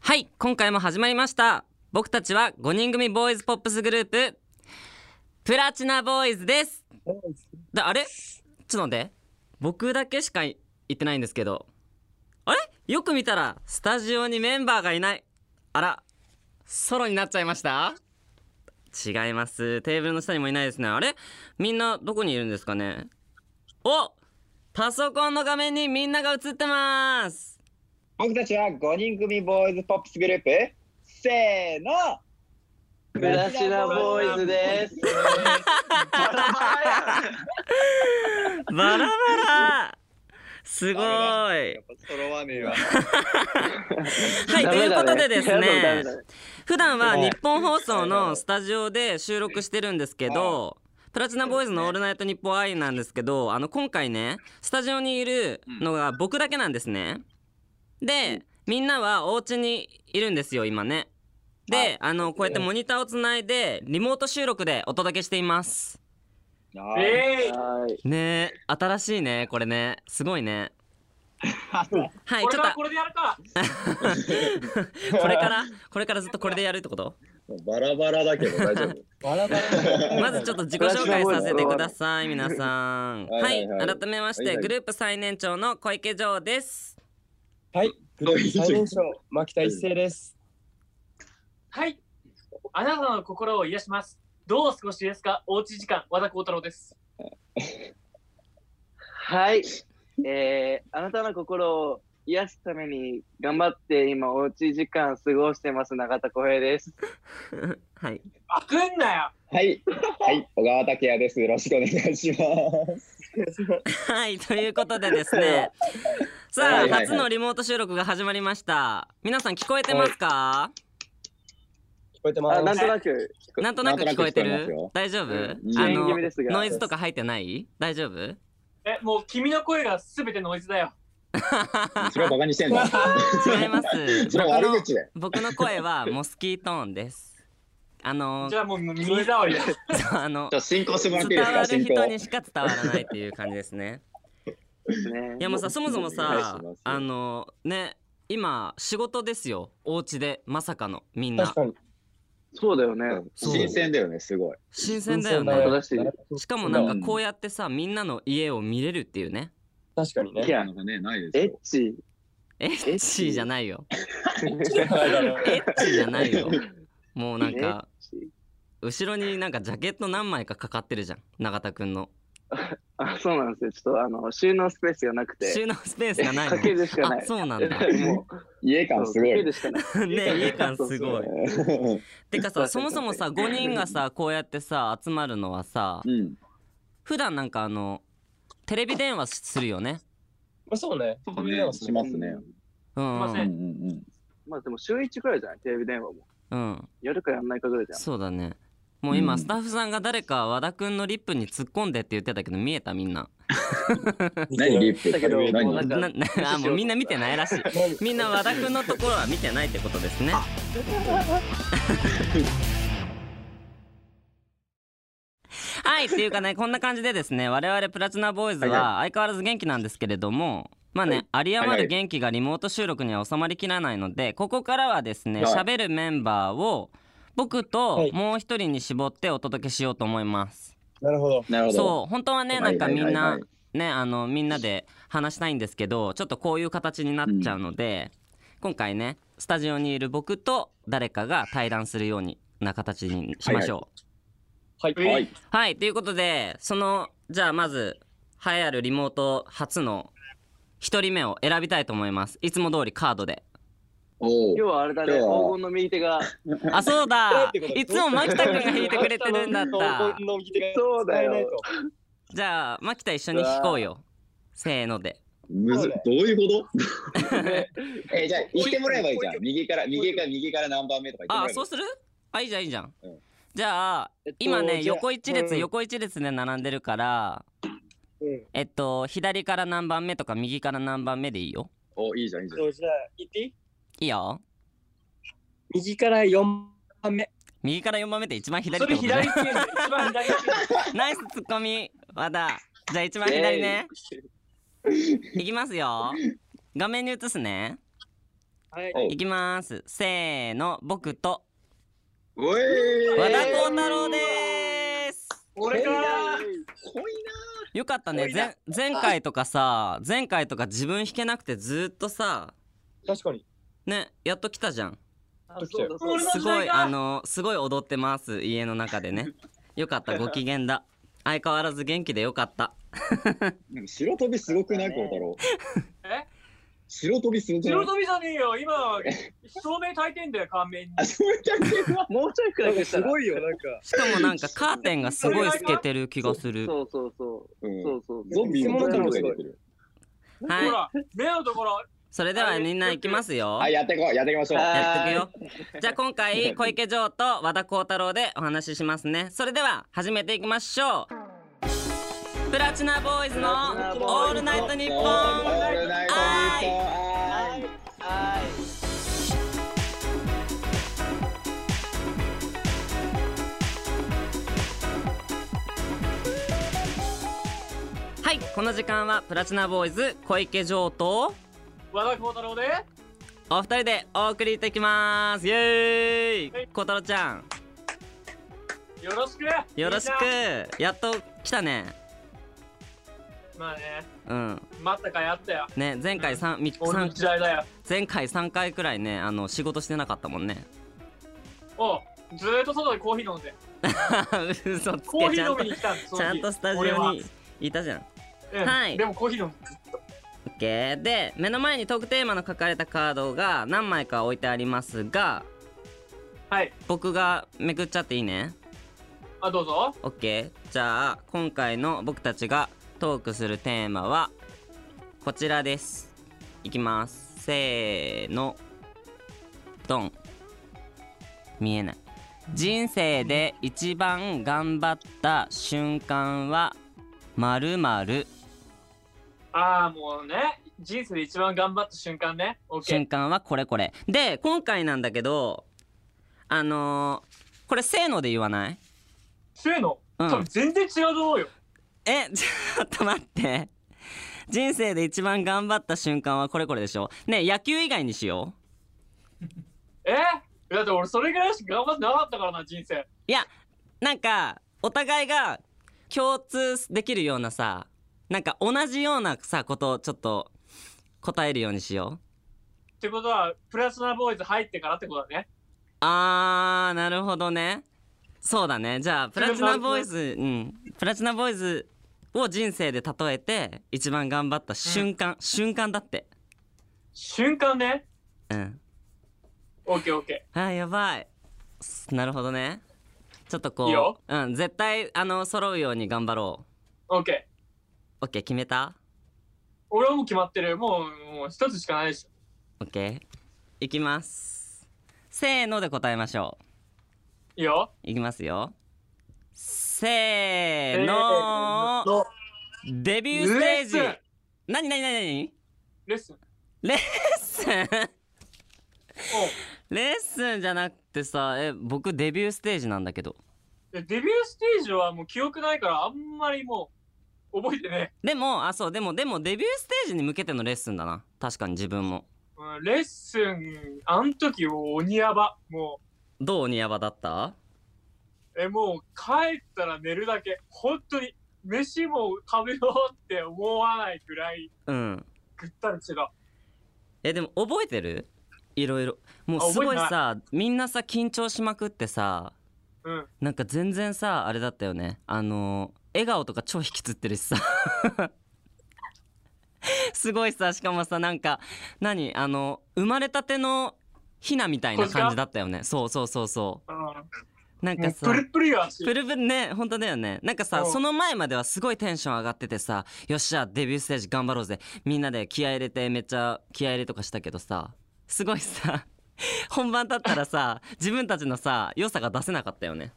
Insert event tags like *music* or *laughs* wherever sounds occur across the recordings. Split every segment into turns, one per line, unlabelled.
はい今回も始まりました僕たちは5人組ボーイズポップスグループプラチナボーイズですだあれちょっと待って僕だけしかい言ってないんですけどあれよく見たらスタジオにメンバーがいないあらソロになっちゃいました違いますテーブルの下にもいないですねあれみんなどこにいるんですかねおパソコンの画面にみんなが映ってます
僕たちは5人組ボーイズポップスグループせーの
プラチナボーイズです。
バラバラすごいはい
揃わね
*laughs*
えわ
ということでですね
ダメだ
普段は
はい
日本放送のスタジオで収録してるんですけどプラチナボーイズの「オールナイトニッポンアイ」なんですけどあの今回ねスタジオにいるのが僕だけなんですねでみんなはお家にいるんですよ今ねであのこうやってモニターをつないでリモート収録でお届けしています
ダメだはい。
ねえ新しいねこれねすごいねはい
こ
ち
れ
ょ
か
っ
ら
と
これでやるか。
*laughs*
これからこれからずっとこれでやるってこと
バラバラだけど大丈夫。
バラバラ *laughs*
まずちょっと自己紹介させてください皆さん
はい
は
はいいはい
改めまし
はい
て
はい
グループ最年長の小池城
*laughs*
です
はい、グループ最年少、牧田一成です。
はい。あなたの心を癒します。どうお過ごしですか。おうち時間、和田幸太郎です。
はい。えー、あなたの心を癒すために頑張って今おうち時間過ごしてます永田浩平です。
はい
あくんなよ。
はいはい小川拓也ですよろしくお願いします
はいということでですねさ
は
あ
いはいはい
初のリモート収録が始まりました皆さん聞こえてますか
聞こえてま
あなん
す。
となく
*laughs* なんとなく聞こえて
なんとなく聞こえます
る
よ
大丈夫あ
うん
遅延気
の
味ですが
ノイズとか入ってない大丈夫
え、もう君の声がすべてノイズだよ。
それはバカにしてんだ。
違い *laughs* ます
*laughs* それは悪口だよ。
僕の声はモスキートーンです。あの
じゃあもう耳障
*laughs*
りだ。
そうあの
じゃあ進行してもらっていい
伝
です
わ
か
る
進行。
人にしか伝わらないっていう感じですね。
ですね
いやもうさそもそも
お願いし
さ
ます
あのね今仕事ですよお家でまさかのみんな
確かに。
そうだよね。
うん新鮮だよねすごい。
新鮮だよ
鮮だ
ね。
よ新鮮だ
しかもなんかこうやってさみんなの家を見れるっていうね。
確かに
い
ね。
や
なかなかねないです
エ
よ
ッ。チ。
エッチじゃないよ。エ
え
ッチじゃないよ。もうなん
エッ
か
チ
後ろになんかジャケット何枚かかかってるじゃん永田くんの
あそうなんですよ。ちょっとあの収納スペースがなくて
収納スペースがないの
か。けるしかな
あ
*laughs* い。
そうなんだ。
も
家
う
感
そ
す
うか
ご
け
い
るしかない。
ね家感す
そ
ご
う
い
そ。
*laughs*
てか
そ
さそ
うそう
もそもさ5人がさこうやってさ集まるのはさ
うん。
普段なんかあのテレビ電話するよね。
そうね。
そうねしますね。
うんう
う
すいま
ん
せ
うん
ん
うん。
まあでも週一くらいじゃないテレビ電話も。
うん
やるかやんないかぐらいじゃん。
そうだね。もう今
うん
スタッフさんが誰か和田くんのリップに突っ込んでって言ってたけど見えたみんな。
何リップ？
だけどもうな
何
ん？か
なあもうみんな見てないらしい。
何
みんな和田くんのところは見てないってことですね。 *laughs* はいっていうかねこんな感じでですね我々プラチナボーイズ
はい
は相変わらず元気なんですけれどもまあね有り余る元気がリモート収録には収まりきらないのでここからはですね
はい
喋るメンバーを僕と
はい
もう一人に絞ってお届けしようと思います。
なるほど。
なるほど。
そう本当はねなんかみん
はいは
ない
はい
ねあのみんなで話したいんですけどちょっとこういう形になっちゃうので、今回ねスタジオにいる僕と誰かが対談するようにな形にしましょ
はい。
は
はい。
う。はい、ということでそのじゃあまず栄えあるリモート初の1人目を選びたいと思いますいつも通りカードで
おお。
今日はあれだね、
今日は
黄金の右手が。
あそうだいつも牧田君が弾いてくれてるんだった
そうだよ。
じゃあ牧田一緒に弾こうよせーので
むず
そうだよ
どういうこと？えじゃあ言ってもらえばいいじゃん。右から右から右から何番目とか言っ
あ
て
そ
も
うす
ら
るあいいじゃんいいじゃん、
うん
じゃあ
えっと
今ね
じゃあ
横一列、
うん
横一列で並んでるから
うん。
えっと左から何番目とか右から何番目でいいよ
えばいい。おいいじゃんいいじゃん。
そうじゃあ、言っていい
いいよ
右から4番目。
右から4番目って一番左っ
そ
てこ
れ
とね
左っていうの一番左っていうの
ナイスツッコミ和田じゃあ一番左ねいきますよ画面に映すね
はい。
おう
いきますせーの僕と
おいー
和田光太郎です
俺かー
濃い
よかったね前前回とかさ前回とか自分弾けなくてずーっとさ
確かに。
ねやっと来たじゃん
あそうだそう
俺の
だ
すごいあのすごい踊ってます家の中でねよかったご機嫌だ相変わらず元気でよかった
ななんか白飛びすごくない
そ
孝
うだね
太郎
え
白飛びすごくない
白飛びじゃねえよ。今、照明焚いてんだよ、顔面に。
あそういう感じ
もうちょい暗くした
す
ら
ごいよ、なんか。
しかもなんかカーテンがすごい透けてる気がする
そうそうそううん *laughs* そうそう
ゾンビの
生き
声が
物と
出
かも
てる
はい
ほら、目のところ。
それではみんな行きますよ
はいやっていこうやっていきましょう
はい
やってくよじゃあ今回小池城と和田光太郎でお話ししますねそれでは始めていきましょうプラチナボーイズの「オールナイトニッポン」
オールナイトニッポンあー
はい
はいこの時間はプラチナボーイズ小池城と
和田幸太郎で。
お二人でお送りできますイエーイ
はい
小太郎ちゃん
よろしく。
よろし
みん
くやっと来たね
な。まあね、
うん
待ったかやったよ。
ね前回三三
俺の
三
時代だよ。
前回3回くらいねあの仕事してなかったもんね *laughs*
おうずーっと外でコーヒー飲んで。
嘘つ
コー
け
ヒ
ちゃ
ー
ん
飲
と
みに来たんです。
ちゃんとスタジ
俺
オ
は
にいたじゃん
うん
はい
でもコーヒー飲む。
オッケーで目の前にトークテーマの書かれたカードが何枚か置いてありますが
はい。
僕がめくっちゃっていいね
あ、どうぞ。
オッケーじゃあ今回の僕たちがトークするテーマはこちらですいきますせーのドン見えない人生で一番頑張った瞬間はまるまる
ああ、もうね。人生で一番頑張った瞬間ね。オッケ
瞬
ー。
間はこれこれで今回なんだけどあのー、これせーので言わない
せーの。
うん
多分全然違うと思うよ。
え *laughs* ちょっと待って人生で一番頑張った瞬間はこれこれでしょねえ野球以外にしよう
えだって俺それぐらいしか頑張ってなかったからな、人生。
いやなんかお互いが共通できるようなさなんか同じようなさことをちょっと答えるようにしよう
ってことは、プラチナボーイズ入ってからってことだね。
あーなるほどねそうだねじゃあプラチナボーイズうんプラチナボーイズを人生で例えて一番頑張った瞬間、瞬間だって
瞬間ね。
うん
オッケーオッケ
あーやばいすなるほどねちょっとこう
いいよ
うん絶対あの揃うように頑張ろ
ー。オッケー。
うオッケー決めた
俺はもう決まってる。もう、もう一つしかないでしょ。
オッケーいきますせーので答えましょう
いいよ。
いきますよせーの
の
デビューステージ
レッスン
何何何何
レッスン。
レッスン
おう
レッスンじゃなくてさえ僕デビューステージなんだけど
でデビューステージはもう記憶ないから、あんまりもう、覚えてね
でもあそうでもでもデビューステージに向けてのレッスンだな確かに自分も
え。うん、レッスン、あん時鬼やば。も
どうにやばだった
う、え、もう帰ったら寝るだけ。本当に、飯も食べようって思わないくらい、
うん
ぐったり違う。
えでも覚えてるいろいろもう
あ
すごい
覚えて
さみんなさ緊張しまくってさ
うん。
なんか全然さあれだったよねあの笑顔とか超引きつってるしさすごいさしかもさなんか何あの生まれたてのひなみたいな感じだったよねそうそうそうそ
うん、も
うなんか
う
さ
プルップルよ、足。
プルプルね本当だよねなんかさ
うん
その前まではすごいテンション上がっててさよっしゃデビューステージ頑張ろうぜみんなで気合い入れてめっちゃ気合い入れとかしたけどさすごいさ *laughs* 本番だったらさ自分たちのさ良さが出せなかったよね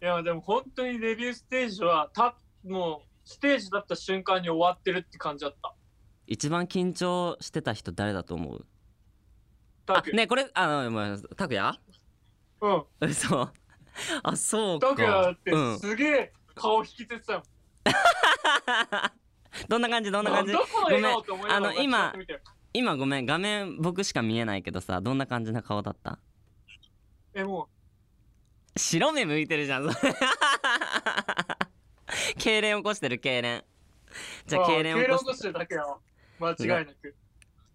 いやでも本当にデビューステージはたもうステージだった瞬間に終わってるって感じだった。
一番緊張してた人誰だと思う
タ
あ
ク、
ねこれあのまあタクヤ
うん。
*laughs* 嘘あそうか
タクやって
うん、 *laughs*
すげえ顔引きつってたよ。
どんな感じどんな感じ
どこの笑顔と思いながら
ごめんあの今
立ち上がってみて
今ごめん画面僕しか見えないけどさどんな感じの顔だった
え、も
白目向いてるじゃんそれ *laughs* 痙攣起こしてる痙攣
う、
じゃあ痙攣起こ
起こ
し
してるだけだわ。間違いなく。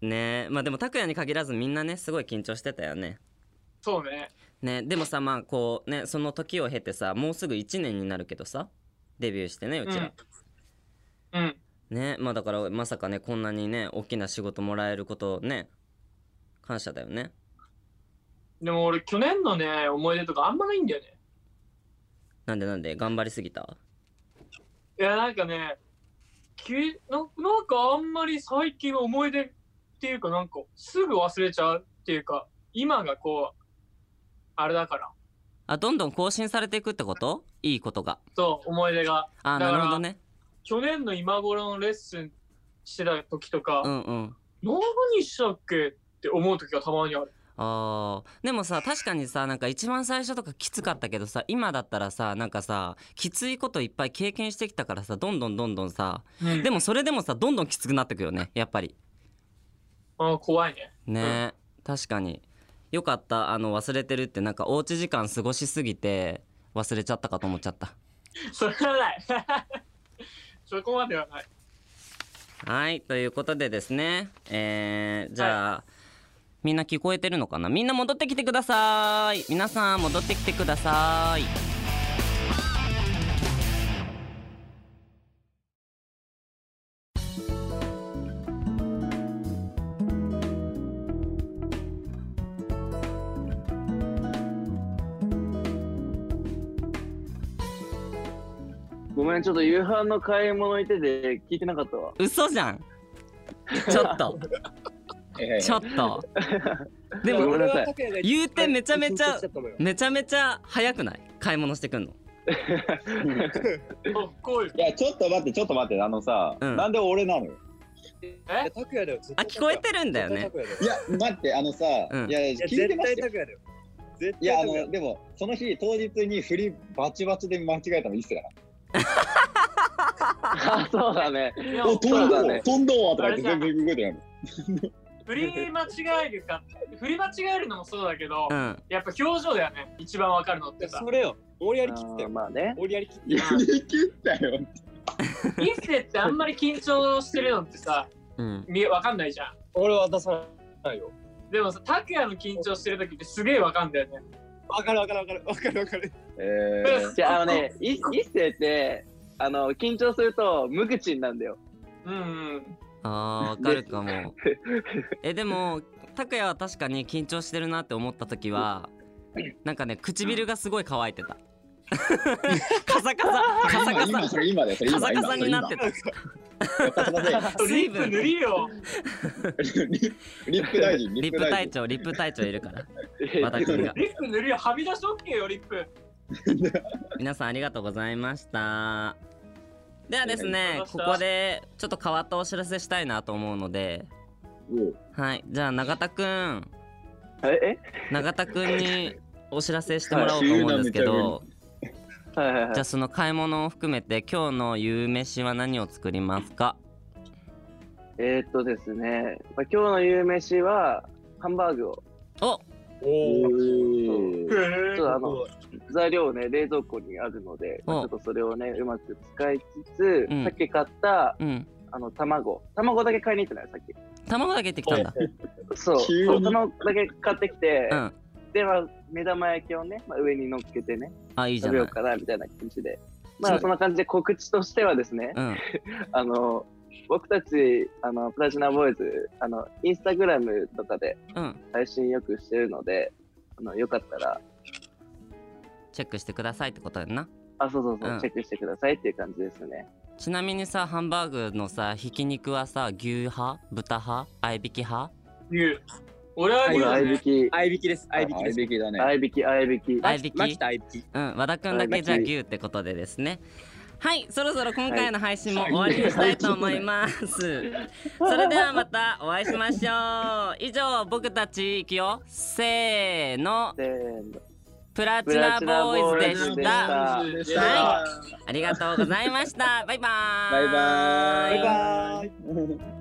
ねえまあでも拓哉に限らずみんなねすごい緊張してたよね
そうね。
ねでもさまあこうねその時を経てさもうすぐ1年になるけどさデビューしてねうちら、
うん。うん。
ねまあだからまさかねこんなにね大きな仕事もらえることをね感謝だよね
でも俺、去年のね、思い出とかあんまないんだよね。
なんでなんで頑張りすぎた
いや、なんかね、きななんかあんまり最近は思い出っていうか、なんかすぐ忘れちゃうっていうか、今がこう、あれだから、
あどんどん更新されていくってこといいことが
そう、思い出が。
あ
だ
な
から
るほどね
去年の今頃のレッスンしてた時とか、
うんうん
何したっけって思う時がたまにある。
あーでもさ確かにさなんか一番最初とかきつかったけどさ今だったらさなんかさきついこといっぱい経験してきたからさどんどんどんどんさで
でも、
もそれでもさどんどんきつくなってくよねやっぱり
あー怖いね。
ね、確かによかったあの忘れてるってなんかおうち時間過ごしすぎて忘れちゃったかと思っちゃった
それはない。 *laughs* そこまではない。
はいということでですねえー、じゃあ、みんな聞こえてるのかなみんな戻ってきてください皆さん戻ってきてください
ごめん、ちょっと夕飯の買い物行ってて聞いてなかっ
*laughs*
たわ。
嘘じゃんちょっ *laughs* と
はいはい
ちょっとで
ご
も
めんなさい。
言うてめちゃめちゃ
緊張しったのよ
めちゃめちゃ早くない買い物してくんの
かっこいい。
いや、ちょっと待って、ちょっと待って、あのさ、
うん
なんで俺なの
い
え
や拓也だよ。絶
あ
対
聞こえてるんだよね
絶対拓也
いや、待って、あのさ、
うん
いや、
いや
聞いて
絶
まし
対
たよ。
拓也だよ。絶対
いや、あ
拓也
の、でも、その日、当日に振りバチバチで間違えたのいいっすよ。
あ、そうだね。
で
お、
も
飛んだ
そうだね
わ、飛んだわとか言って
あ
全
れさ
然動いてないの。
振り間違えるか、振り間違えるのもそうだけど、
うん
やっぱ表情だよね。一番わかるのっ
い
て
や
さ。
それよ。俺やりきった
あー
よ。
まあね。
俺やりきっ
やりきったよ。
一世ってあんまり緊張してるのってさ、
うん
見えわかんないじゃん。
俺は出さないよ。
でもさ、拓也の緊張してる時ってすげえわかんだよね。
わかるわかるわかるわかるわかる。
え
う
ー
ん
じゃあ、あのね、い一世って、あの、緊張すると無口になるんだよ。
うんうん。
あーわかるか *laughs* もえでも拓哉は確かに緊張してるなって思った時はなんかね唇がすごい乾いてた *laughs* カサカサカサ
今、
カ
今、
サ
それ今だよ、それ
カ
今、
サ
今、
カサ
それ
に
今
なって。た
リ
水
ップ
分
塗りよ。
リップ大臣、
リッ
リップ
プ隊
大臣。
長リップ隊長 *laughs* いるからまた君が
リップ塗りよ。はみ出し OK よ、リップ。
皆さんありがとうございましたではですね
ありがと
こ
うございま
こ
した
でちょっと変わったお知らせしたいなと思うのではいじゃあ永田くん
え
永田くんにお知らせしてもらおうと思うんですけど
えはいはいはい
じゃあ。その買い物を含めて今日の夕飯は何を作りますか
えー、っとですね、まあ、今日の夕飯は、ハンバーグを、
お
おお。
おー
ちょっとあの、材料をね、冷蔵庫にあるので、まあ
う
ち
ん
ょっとそれをね、うまく使いつつ、
うん
さっき買った、
うん
あの、卵。卵だけ買いに行ってない、さっき。
卵だけってきたんだ
そう、
急に
そう卵だけ買ってきて、
うん
で、まあ、目玉焼きをね、まあ、上に乗っけてね、
あいいじゃ
食べ
な
よう
い
かな、みたいな感じで。ま
そう
あ、そんな感じで告知としてはですね、
うん
あの、僕たち、あの、プラチナボーイズ、あの、インスタグラムとかで、
うん
配信よくしてるので、あのよかったら、
チェックしてくださいってことやんな
あ、そうそうそう、
うん
チェックしてくださいっていう感じですね。
ちなみにさハンバーグのさひき肉はさ牛派豚派合いびき派
牛。俺は牛
ほら、合
だ
いび
ね。
き、
合いびきです。合いびき
合
で
い
す。
びきだね。
合いびき、合いびき。
合いびき
マキタ合いびき。
うん和田くんだけじゃあ
はい
牛ってことでですねはいそろそろ今回の配信も終わりにしたいと思いますそれではまたお会いしましょう以上僕たちいくよせーの
せーの
プラチナボーイズでした
あ
牛
で
で
し
したた
はいありがとうございました。バイバーイ。
バイバーイ。
バイバーイ。